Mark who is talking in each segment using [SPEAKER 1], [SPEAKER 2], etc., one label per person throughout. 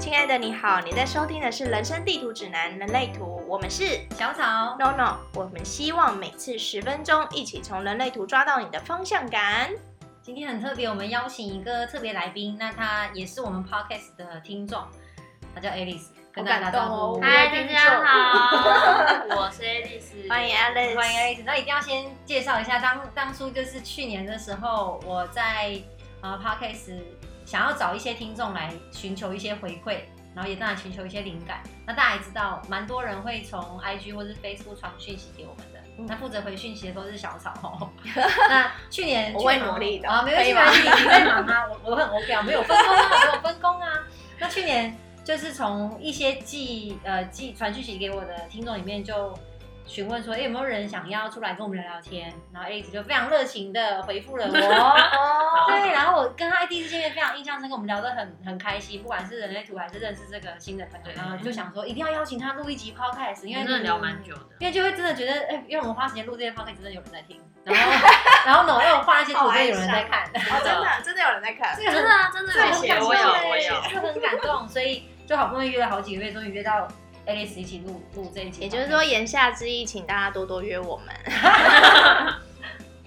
[SPEAKER 1] 亲爱的，你好，你在收听的是《人生地图指南：人类图》，我们是
[SPEAKER 2] 小草，
[SPEAKER 1] No No，我们希望每次十分钟，一起从人类图抓到你的方向感。
[SPEAKER 2] 今天很特别，我们邀请一个特别来宾，那他也是我们 podcast 的听众，他叫 Alice，跟大家打招呼。
[SPEAKER 1] 好感动哦
[SPEAKER 3] 嗨，大家好， 我是 Alice，
[SPEAKER 1] 欢迎 Alice，
[SPEAKER 2] 欢迎 Alice。那一定要先介绍一下，当当初就是去年的时候，我在呃 podcast 想要找一些听众来寻求一些回馈，然后也当然寻求一些灵感。那大家也知道，蛮多人会从 IG 或是 Facebook 传讯息给我们的。
[SPEAKER 1] 嗯
[SPEAKER 2] 那负责回讯息的都是小草 哦。那去年
[SPEAKER 1] 我会
[SPEAKER 2] 去年
[SPEAKER 1] 努力的
[SPEAKER 2] 啊，没
[SPEAKER 1] 可
[SPEAKER 2] 关
[SPEAKER 1] 以
[SPEAKER 2] 系，没
[SPEAKER 1] 吗
[SPEAKER 2] 关系，你在忙啊，我我很我表没有分工啊，我有分工啊。那去年就是从一些寄呃寄传讯息给我的听众里面就询问说，哎、有没有人想要出来跟我们聊聊天？然后 Alice 就非常热情的回复了我。
[SPEAKER 1] 哦
[SPEAKER 2] 对，然后我跟他第一次见面非常印象深刻，我们聊得很很开心，不管是人类图还是认识这个新的朋友
[SPEAKER 3] 对，
[SPEAKER 2] 然后就想说一定要邀请他录一集 podcast，因为
[SPEAKER 3] 真的聊蛮久的。
[SPEAKER 2] 因为就会真的觉得，哎、因为我们花时间录这些 podcast，真的有人在听，然后 然后呢，因为我画那些图，真的有人在看，
[SPEAKER 1] 哦，真的真的有人在看，
[SPEAKER 2] 这个很
[SPEAKER 3] 啊，真的
[SPEAKER 2] 这个很
[SPEAKER 1] 谢谢
[SPEAKER 2] 感动
[SPEAKER 3] 我有我
[SPEAKER 2] 哎，
[SPEAKER 3] 有，
[SPEAKER 2] 这个很感动，所以就好不容易约了好几个月，终于约到 Alice 一起录录这一集，
[SPEAKER 1] 也就是说，言下之意，请大家多多约我们。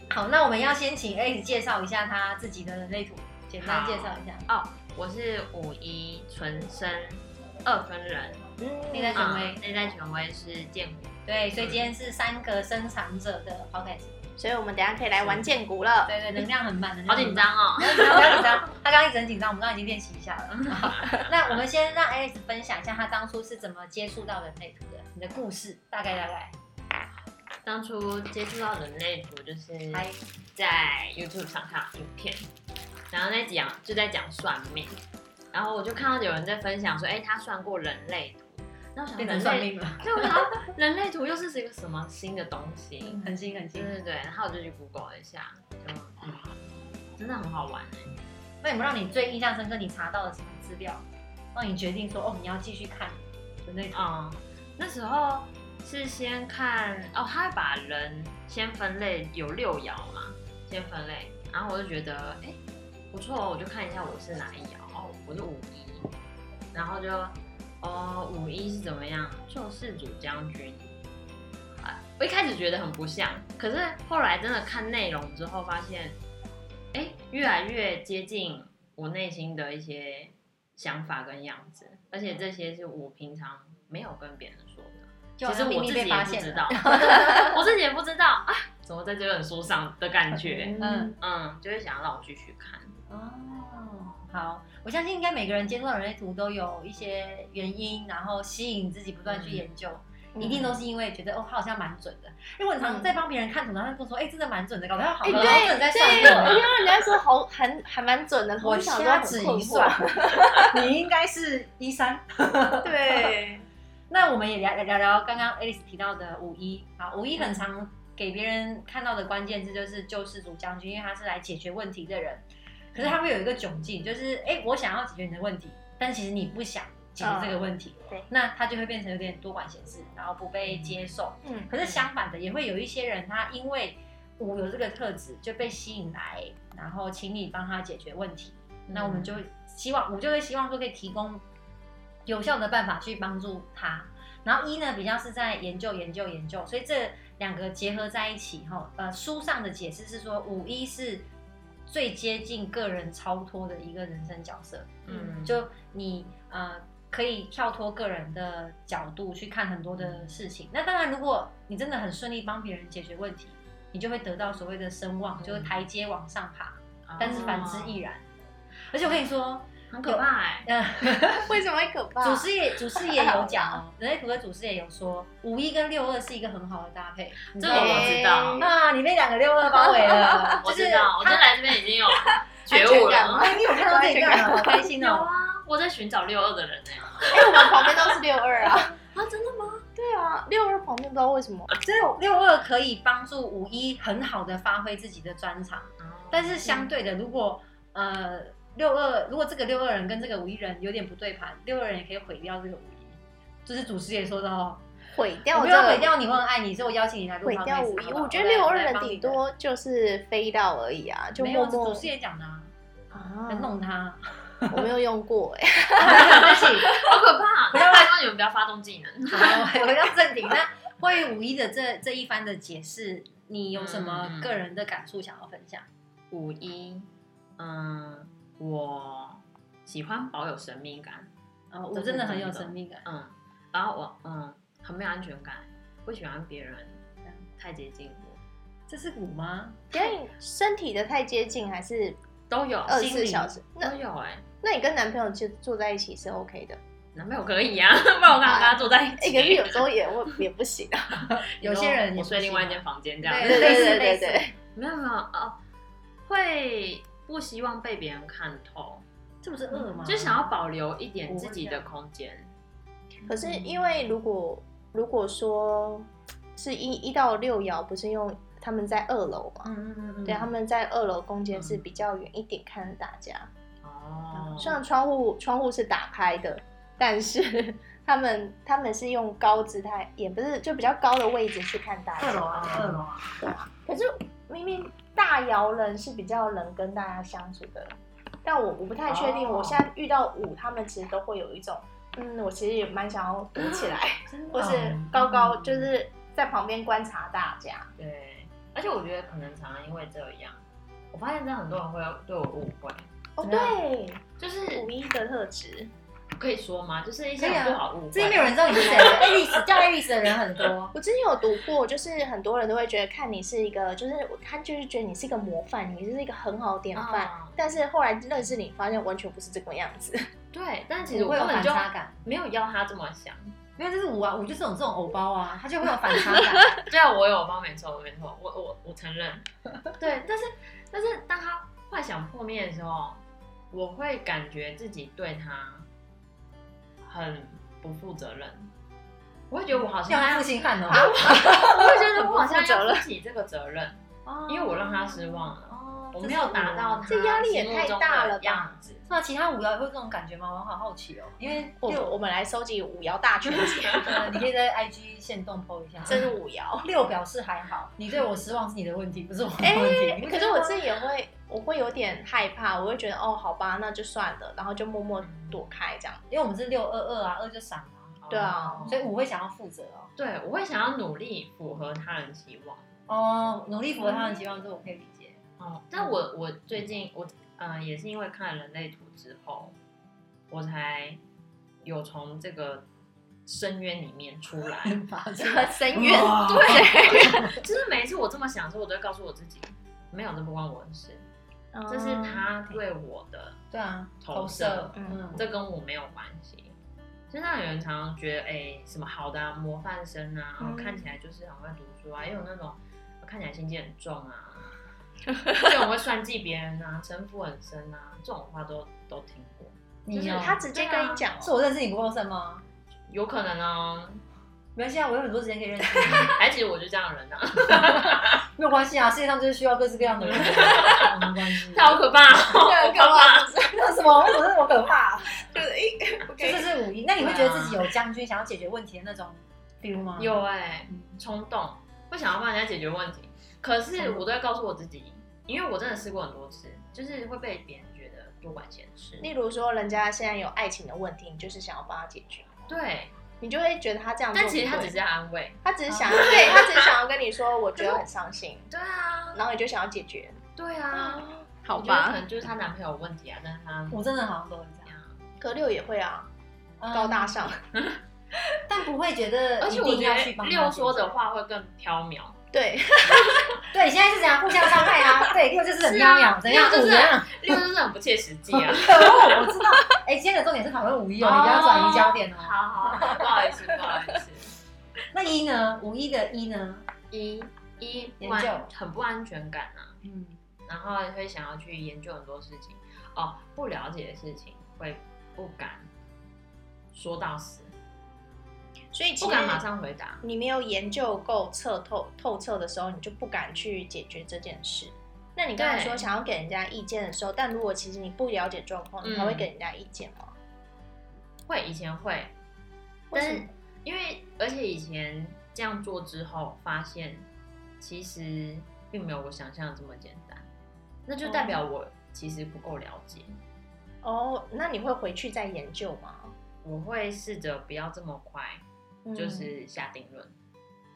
[SPEAKER 2] 好，那我们要先请 Alice 介绍一下她自己的人类图，简单介绍一下，
[SPEAKER 3] 我是五一纯生二分人，
[SPEAKER 2] 嗯，内在权威，
[SPEAKER 3] 嗯内嗯在权威是剑骨，
[SPEAKER 2] 对，所以今天是三个生产者的 podcast，
[SPEAKER 1] 所以我们等一下可以来玩剑骨了。
[SPEAKER 2] 对对，能量很满，能量
[SPEAKER 3] 好
[SPEAKER 2] 很
[SPEAKER 3] 紧
[SPEAKER 2] 满。
[SPEAKER 3] 张哦。
[SPEAKER 2] 不要紧张，他刚刚一直很紧张，我们刚刚已经练习一下了。 那我们先让 Alex 分享一下他当初是怎么接触到人类图的，你的故事大概大概。
[SPEAKER 3] 当初接触到人类图就是
[SPEAKER 2] 嗨，
[SPEAKER 3] 在 YouTube 上看影片，然后那讲就在讲算命，然后我就看到有人在分享说，哎、他算过人类图，那我想
[SPEAKER 2] 变成
[SPEAKER 3] 人
[SPEAKER 2] 算
[SPEAKER 3] 类，
[SPEAKER 2] 命了，
[SPEAKER 3] 对，我想说人类图又是一个什么新的东西？
[SPEAKER 2] 很新很新
[SPEAKER 3] 对。对对，然后我就去 Google 了一下，就嗯，真的很好玩哎、
[SPEAKER 2] 那有没有让你最印象深刻？你查到了什么资料，让你决定说哦，你要继续看人类图？
[SPEAKER 3] 嗯，那时候是先看哦，他把人先分类有六爻嘛，先分类，然后我就觉得哎、诶不错哦，我就看一下我是哪一爻哦，我是五一，然后就哦五一是怎么样？救世主将军。啊我一开始觉得很不像，可是后来真的看内容之后，发现，哎、越来越接近我内心的一些想法跟样子，而且这些是我平常没有跟别人说的，
[SPEAKER 2] 就好
[SPEAKER 3] 其实
[SPEAKER 2] 像秘
[SPEAKER 3] 我
[SPEAKER 2] 密
[SPEAKER 3] 自己
[SPEAKER 2] 被
[SPEAKER 3] 也
[SPEAKER 2] 发
[SPEAKER 3] 不
[SPEAKER 2] 现
[SPEAKER 3] 知
[SPEAKER 2] 了。
[SPEAKER 3] 道，我自己也不知道啊，怎么在这本书上的感觉，
[SPEAKER 2] 嗯，
[SPEAKER 3] 嗯，就会想要让我继续看，
[SPEAKER 2] 哦，好，我相信应该每个人接触到人类图都有一些原因，然后吸引自己不断去研究。一定都是因为觉得哦，他好像蛮准的。因为我很常在帮别人看图，然后他跟我说，哎、真的蛮准的，搞得他好
[SPEAKER 1] 哎，
[SPEAKER 2] 像
[SPEAKER 1] 对，对，因
[SPEAKER 2] 好像真的在算
[SPEAKER 1] 为
[SPEAKER 2] 过。
[SPEAKER 1] 人家说好很还蛮准的，
[SPEAKER 2] 我
[SPEAKER 1] 想说
[SPEAKER 2] 瞎
[SPEAKER 1] 很
[SPEAKER 2] 子
[SPEAKER 1] 困
[SPEAKER 2] 一
[SPEAKER 1] 惑
[SPEAKER 2] 算， 你应该是一三。
[SPEAKER 1] 对，
[SPEAKER 2] 那我们也聊聊聊刚刚 Alice 提到的五一啊，五
[SPEAKER 1] 嗯
[SPEAKER 2] 一很常给别人看到的关键字就是救世主将军，因为他是来解决问题的人。可是他会有一个窘
[SPEAKER 1] 嗯
[SPEAKER 2] 境，就是哎、我想要解决你的问题，但其实你不想解决这个问题，
[SPEAKER 1] 嗯对
[SPEAKER 2] 那他就会变成有点多管闲事，然后不被接受。
[SPEAKER 1] 嗯，
[SPEAKER 2] 可是相反的，也会有一些人，他因为五有这个特质就被吸引来，然后请你帮他解决问题。那我们
[SPEAKER 3] 嗯
[SPEAKER 2] 就会希望，我就会希望说可以提供有效的办法去帮助他。然后一呢，比较是在研究、研究、研究，所以这两个结合在一起哈。呃，书上的解释是说，五一是最接近个人超脱的一个人生角色。
[SPEAKER 3] 嗯，
[SPEAKER 2] 就你呃可以跳脱个人的角度去看很多的事情。那当然，如果你真的很顺利帮别人解决问题，你就会得到所谓的声望，
[SPEAKER 3] 嗯
[SPEAKER 2] 就是台阶往上爬。
[SPEAKER 3] 哦
[SPEAKER 2] 但是反之亦然。而且我跟你 说，
[SPEAKER 3] 很可怕哎、
[SPEAKER 2] 呃，
[SPEAKER 1] 为什么会可怕？
[SPEAKER 2] 祖师爷祖师爷有 讲哦，人类图的祖师爷有说，五一跟六二是一个很好的搭配。你
[SPEAKER 3] 这
[SPEAKER 2] 知
[SPEAKER 3] 个
[SPEAKER 2] 道吗
[SPEAKER 3] 我知道，，
[SPEAKER 2] 啊，你被两个六二包围了
[SPEAKER 3] 我
[SPEAKER 2] 就是
[SPEAKER 3] 知道，我真
[SPEAKER 2] 他
[SPEAKER 3] 的来这边已 经有觉悟
[SPEAKER 1] 安全感
[SPEAKER 3] 了
[SPEAKER 1] 吗。
[SPEAKER 2] 你有看到这一 段了，好开 心
[SPEAKER 3] 有
[SPEAKER 2] 哦。
[SPEAKER 3] 啊，我在寻找六二的人欸呢、
[SPEAKER 1] 哎，我们旁边都是六二啊，
[SPEAKER 3] 啊，真的吗？
[SPEAKER 1] 对啊，六二旁边不知道为什么，
[SPEAKER 2] 六六二可以帮助五一很好的发挥自己的专长，但是
[SPEAKER 3] 嗯
[SPEAKER 2] 相对的，如果呃六二如果这个六二人跟这个五一人有点不对盘，六二人也可以毁掉这个五一，就是祖师爷说的哦，
[SPEAKER 1] 毁
[SPEAKER 2] 我
[SPEAKER 1] 掉
[SPEAKER 2] 没
[SPEAKER 1] 这
[SPEAKER 2] 有毁
[SPEAKER 1] 个。
[SPEAKER 2] 掉你，我很爱你，所以我邀请你来录
[SPEAKER 1] 毁掉
[SPEAKER 2] podcast，
[SPEAKER 1] 五一，
[SPEAKER 2] 好不好
[SPEAKER 1] 我觉得六二人
[SPEAKER 2] 来
[SPEAKER 1] 顶多就是飞到而已啊，
[SPEAKER 2] 帮你
[SPEAKER 1] 就
[SPEAKER 2] 没
[SPEAKER 1] 默
[SPEAKER 2] 有
[SPEAKER 1] 默
[SPEAKER 2] 祖师爷讲的、啊，
[SPEAKER 1] 啊
[SPEAKER 2] 在弄他，
[SPEAKER 1] 我没有用过哎、
[SPEAKER 3] 对不起，好可怕！那拜托你们不要发动技能。
[SPEAKER 2] 好回到正题，那关于五一的这这一番的解释，你有什么
[SPEAKER 3] 嗯
[SPEAKER 2] 个人的感触想要分享？
[SPEAKER 3] 五一，嗯，我喜欢保有神秘感，
[SPEAKER 2] 啊、我真的很有神秘感，
[SPEAKER 3] 嗯，然后我嗯很没有安全感，不喜欢别人太接近我，
[SPEAKER 2] 这是鼓吗？
[SPEAKER 1] 因为你身体的太接近还是
[SPEAKER 3] 都有
[SPEAKER 1] 二十
[SPEAKER 3] 心
[SPEAKER 1] 四
[SPEAKER 3] 里
[SPEAKER 1] 小时？那
[SPEAKER 3] 都有哎、
[SPEAKER 1] 那你跟男朋友就住在一起是 OK 的，
[SPEAKER 3] 男朋友可以啊，不然我跟他坐在一
[SPEAKER 1] 哎、
[SPEAKER 3] 起。
[SPEAKER 1] 可是有时候也会也不行啊。
[SPEAKER 2] 有些人也
[SPEAKER 3] 我
[SPEAKER 2] 不
[SPEAKER 3] 睡
[SPEAKER 2] 行啊
[SPEAKER 3] 另外一间房间这样
[SPEAKER 2] 对
[SPEAKER 1] 对
[SPEAKER 3] 子，
[SPEAKER 2] 类似
[SPEAKER 1] 对对
[SPEAKER 2] 类似
[SPEAKER 1] 对，
[SPEAKER 3] 没有没有哦，会不希望被别人看透，
[SPEAKER 2] 这不是恶吗？
[SPEAKER 3] 嗯就想要保留一
[SPEAKER 2] 我
[SPEAKER 3] 点
[SPEAKER 2] 会
[SPEAKER 3] 自己
[SPEAKER 2] 这
[SPEAKER 3] 的
[SPEAKER 2] 样
[SPEAKER 3] 空间。
[SPEAKER 1] 可是因为如果如果说是一一到六爻，不是用他们在二楼嘛？
[SPEAKER 2] 嗯嗯嗯嗯，
[SPEAKER 1] 对，啊他们在二楼空间是比较远一点看大家。嗯
[SPEAKER 3] 哦，
[SPEAKER 1] 虽然窗户窗户是打开的，但是 他们他们是用高姿态，也不是就比较高的位置去看大
[SPEAKER 2] 二楼
[SPEAKER 1] 家。
[SPEAKER 2] 啊，二楼啊，
[SPEAKER 1] 可是明明大爻人是比较能跟大家相处的，但我我不太确定。
[SPEAKER 2] 哦
[SPEAKER 1] 我现在遇到五，他们其实都会有一种，嗯，我其实也蛮想要躲起来，
[SPEAKER 2] 真 的
[SPEAKER 1] 或
[SPEAKER 2] 哦
[SPEAKER 1] 是高高，就是在旁边观察大家。
[SPEAKER 3] 对，而且我觉得可能常常因为这样，我发现真的很多人会对我误会，
[SPEAKER 1] 哦，
[SPEAKER 2] 怎么
[SPEAKER 1] 对，
[SPEAKER 3] 就是
[SPEAKER 1] 五一的特质，
[SPEAKER 3] 可以说吗？就是一些
[SPEAKER 2] 可以啊
[SPEAKER 3] 很不好误会。
[SPEAKER 2] 这边没有人知道你是 谁，Alice 叫 Alice 的人很多，
[SPEAKER 1] 我之前有读过，就是很多人都会觉得看你是一个，就是他就是觉得你是一个模范，你是一个很好的典范。
[SPEAKER 3] 啊
[SPEAKER 1] 但是后来认识你，发现完全不是这个样子。
[SPEAKER 3] 对，但其
[SPEAKER 2] 其实
[SPEAKER 3] 实我
[SPEAKER 2] 会有
[SPEAKER 3] 根
[SPEAKER 2] 反
[SPEAKER 3] 本就
[SPEAKER 2] 差感。
[SPEAKER 3] 没有要他这么想。
[SPEAKER 2] 没有，这是五啊，五就是有这种偶包啊，他就会有反 差感。
[SPEAKER 3] 对啊，我有包没错，我没错，我我我承 认。对，但是但是当他幻想破灭的时候，我会感觉自己对他很不负责任。我会觉得我好像
[SPEAKER 2] 要
[SPEAKER 3] 要
[SPEAKER 2] 负，心汉
[SPEAKER 1] 啊
[SPEAKER 2] 哦，
[SPEAKER 3] 我会觉得我好
[SPEAKER 1] 不
[SPEAKER 3] 像
[SPEAKER 1] 负责
[SPEAKER 3] 要
[SPEAKER 1] 任
[SPEAKER 3] 负起这个责任，因为我让他失望了，
[SPEAKER 2] 哦
[SPEAKER 3] 我没有达到。他
[SPEAKER 1] 这压力也
[SPEAKER 3] 心目
[SPEAKER 1] 太
[SPEAKER 3] 中
[SPEAKER 1] 大
[SPEAKER 3] 的
[SPEAKER 1] 了吧
[SPEAKER 3] 样子。
[SPEAKER 2] 那其他舞蹈也会有这种感觉吗？我好好奇哦，因
[SPEAKER 3] 嗯
[SPEAKER 2] 为
[SPEAKER 1] 我
[SPEAKER 2] 六，
[SPEAKER 1] 我们来收集五爻大全解，
[SPEAKER 2] 呃你可以在 IG 线动 PO 一下。
[SPEAKER 1] 这是五爻。
[SPEAKER 2] 六表示还好，你对我失望是你的问题，不是我的问题。
[SPEAKER 3] 哎
[SPEAKER 2] 你不
[SPEAKER 1] 可
[SPEAKER 2] 觉
[SPEAKER 1] 是
[SPEAKER 2] 得吗
[SPEAKER 1] 我自己也会，我会有点害怕，我会觉得哦，好吧，那就算了，然后就默默躲开这样。
[SPEAKER 2] 因为我们是六二二啊，二就闪啊，
[SPEAKER 3] 哦
[SPEAKER 1] 对啊
[SPEAKER 2] 所以五会想要负责哦。
[SPEAKER 3] 对，我会想要努力符合他人期望。
[SPEAKER 2] 哦，努力符合他的期望，这我可以理解。
[SPEAKER 3] 哦，但我我最近我嗯、呃、也是因为看了人类图之后，我才有从这个深渊里面出来。
[SPEAKER 1] 深
[SPEAKER 2] 远
[SPEAKER 1] 渊，
[SPEAKER 3] 对， 就是每一次我这么想的时候，我都会告诉我自己，没有，这不关我的事，这是他对我的，
[SPEAKER 2] 对啊，
[SPEAKER 3] 投
[SPEAKER 2] 投
[SPEAKER 3] 射
[SPEAKER 2] 射，
[SPEAKER 1] 嗯
[SPEAKER 2] 嗯，
[SPEAKER 3] 这跟我没有关系。就那有人常常觉得，哎、什么好的、啊、模范生啊，然后
[SPEAKER 1] 嗯
[SPEAKER 3] 看起来就是很会读书啊，也有那种看起来心机很重啊， 这种会算计别人啊，城府很深啊，这种话都都听过，
[SPEAKER 1] 就
[SPEAKER 2] 你
[SPEAKER 1] 是
[SPEAKER 2] 哦
[SPEAKER 1] 他直接跟你讲哦，
[SPEAKER 2] 是我认识你不够深吗？
[SPEAKER 3] 啊有可 能哦。
[SPEAKER 2] 没关系啊，我有很多时间可以认识你，
[SPEAKER 3] 还其实我就这样的人 啊，
[SPEAKER 2] 没有关系啊，世界上就是需要各式各样的人， 没关系。
[SPEAKER 3] 他好可怕、哦，好可怕。
[SPEAKER 2] 那什么？为什么这么可怕？
[SPEAKER 1] 就是哎
[SPEAKER 2] 就这
[SPEAKER 1] ，OK，
[SPEAKER 2] 是五一，那你会觉得自己有将军想要解决问题的那种 feel
[SPEAKER 1] 嗯
[SPEAKER 2] 吗？
[SPEAKER 3] 啊
[SPEAKER 2] 嗯
[SPEAKER 3] 有哎、冲动，会想要帮人家解决问题。可是我都会告诉我自己，因为我真的试过很多次，就是会被别人觉得多管闲事。
[SPEAKER 1] 例如说人家现在有爱情的问题，你就是想要帮他解决，
[SPEAKER 3] 对，
[SPEAKER 1] 你就会觉得他这样做
[SPEAKER 3] 但
[SPEAKER 1] 不对，
[SPEAKER 3] 其实他只是在安慰。
[SPEAKER 1] 他只是想要，对他只是想要跟你说，我觉得很伤心，
[SPEAKER 3] 对啊，
[SPEAKER 1] 然后你就想要解决，
[SPEAKER 3] 对啊，
[SPEAKER 1] 好
[SPEAKER 3] 我觉得可？能就是她男朋友有问题啊，但是她
[SPEAKER 2] 我真的好像都会这样，
[SPEAKER 1] 格六也会啊，
[SPEAKER 2] 嗯
[SPEAKER 1] 高大，上，
[SPEAKER 2] 但不会觉得
[SPEAKER 3] 而
[SPEAKER 2] 一
[SPEAKER 3] 且我
[SPEAKER 2] 定
[SPEAKER 3] 觉
[SPEAKER 2] 要去
[SPEAKER 3] 得
[SPEAKER 2] 帮他
[SPEAKER 3] 六
[SPEAKER 2] 解决
[SPEAKER 3] 说的，话会更飘渺，
[SPEAKER 1] 对，
[SPEAKER 2] 对，现在是怎样互相伤害啊？对，六就是很
[SPEAKER 3] 是啊
[SPEAKER 2] 喵喵，怎样
[SPEAKER 3] 六就是
[SPEAKER 2] 怎样？
[SPEAKER 3] 六就是很不切实际啊。
[SPEAKER 2] 可恶，我知道。哎，今天的重点是讨论五一哦，你不要转移焦点哦。
[SPEAKER 3] 好好，好不好意思，不好意思。
[SPEAKER 2] 那一呢？五一的一呢？
[SPEAKER 3] 一一不
[SPEAKER 2] 研
[SPEAKER 3] 安
[SPEAKER 2] 究
[SPEAKER 3] 很不安全感啊，
[SPEAKER 2] 嗯，
[SPEAKER 3] 然后会想要去研究很多事情，哦，不了解的事情会不敢说到死，
[SPEAKER 1] 所以其
[SPEAKER 3] 不
[SPEAKER 1] 实
[SPEAKER 3] 敢马上回答。
[SPEAKER 1] 你没有研究够彻透透彻的时候，你就不敢去解决这件事。那你刚才
[SPEAKER 3] 对
[SPEAKER 1] 说想要给人家意见的时候，但如果其实你不了解状况，你还会
[SPEAKER 3] 嗯
[SPEAKER 1] 给人家意见吗？
[SPEAKER 3] 会以前会，
[SPEAKER 1] 为
[SPEAKER 3] 但
[SPEAKER 1] 什
[SPEAKER 3] 是
[SPEAKER 1] 么
[SPEAKER 3] 因为而且以前这样做之后，发现其实
[SPEAKER 2] 哦
[SPEAKER 3] 并没有我想象的这么简单，那就代表我其实不够了解。
[SPEAKER 1] 哦，那你会回去再研究吗？
[SPEAKER 3] 我会试着不要这么快，
[SPEAKER 1] 嗯
[SPEAKER 3] 就是下定论，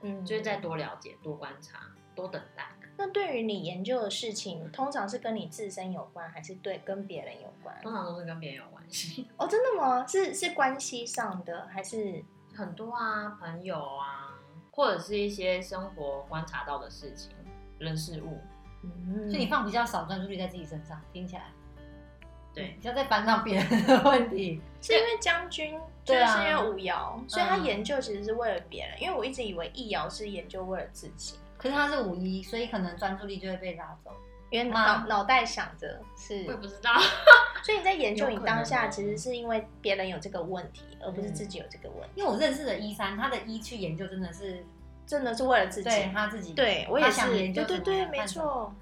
[SPEAKER 1] 嗯
[SPEAKER 3] 就是再多了解、多观察、多等待。
[SPEAKER 1] 那对于你研究的事情，通常是跟你自身有关，还是对跟别人有关？
[SPEAKER 3] 通常都是跟别人有关 系，
[SPEAKER 1] 哦，真的吗？是是关系上的，还是
[SPEAKER 3] 很多啊，朋友啊，或者是一些生活观察到的事情、人事物。
[SPEAKER 1] 嗯？
[SPEAKER 2] 所以你放比较少专注力在自己身上，听起来嗯
[SPEAKER 3] 对
[SPEAKER 2] 不要再搬上别人的问题。
[SPEAKER 1] 是因为将军就
[SPEAKER 2] 对啊嗯
[SPEAKER 1] 是因为五爻，所以他研究其实是为了别人。因为我一直以为易爻是研究为了自己，
[SPEAKER 2] 可是他是五一，所以可能专注力就会被拉走。
[SPEAKER 1] 因为
[SPEAKER 2] 妈
[SPEAKER 1] 脑脑袋想着是
[SPEAKER 3] 我也，不知道，
[SPEAKER 1] 所以你在研究你当
[SPEAKER 2] 有可能
[SPEAKER 1] 下，
[SPEAKER 2] 哦嗯
[SPEAKER 1] 其实是因为别人有这个问题，而不是自己有这个问题，
[SPEAKER 2] 因为我认识的一三，他的一去研究真的是
[SPEAKER 1] 真的是为了自己。
[SPEAKER 2] 对他自己，
[SPEAKER 1] 对我也
[SPEAKER 2] 他
[SPEAKER 1] 是，
[SPEAKER 2] 想研究
[SPEAKER 1] 对
[SPEAKER 2] 什
[SPEAKER 1] 对
[SPEAKER 2] 么
[SPEAKER 1] 对，
[SPEAKER 2] 看
[SPEAKER 1] 没
[SPEAKER 2] 什么。
[SPEAKER 1] 错。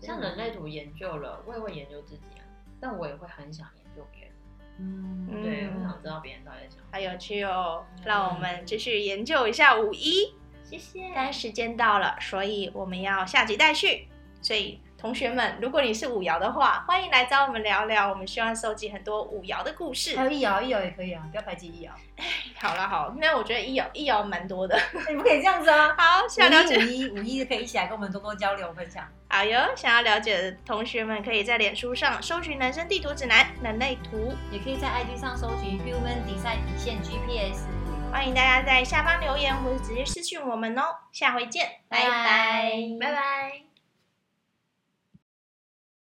[SPEAKER 3] 像
[SPEAKER 1] 嗯
[SPEAKER 3] 人类图研究了，我也会研究自己啊，但我也会很想研究别人，
[SPEAKER 2] 嗯，
[SPEAKER 3] 对，
[SPEAKER 1] 嗯
[SPEAKER 3] 我想知道别人到底在想什么。
[SPEAKER 1] 好有趣哦！让我
[SPEAKER 2] 嗯
[SPEAKER 1] 们继续研究一下五一。
[SPEAKER 3] 谢谢，
[SPEAKER 1] 但时间到了，所以我们要下集待续。所以同学们，如果你是五爻的话，欢迎来找我们聊聊。我们希望收集很多五爻的故事
[SPEAKER 2] 还。有一爻，一爻也可以啊，不要排挤一爻，
[SPEAKER 1] 好了好，那我觉得一爻一爻蛮多的。
[SPEAKER 2] 你不可以这样子啊。
[SPEAKER 1] 好，想要了
[SPEAKER 2] 五
[SPEAKER 1] 解，
[SPEAKER 2] 一五一五一可以一起来跟我们多多交流分享。
[SPEAKER 1] 好哟，想要了解的同学们可以在脸书上搜寻《人生地图指南》人类图。
[SPEAKER 2] 也可以在 IG 上搜寻 Human Design 底线 GPS。
[SPEAKER 1] 欢迎大家在下方留言或者直接私讯我们哦。下回见，拜拜
[SPEAKER 2] 拜
[SPEAKER 1] 拜拜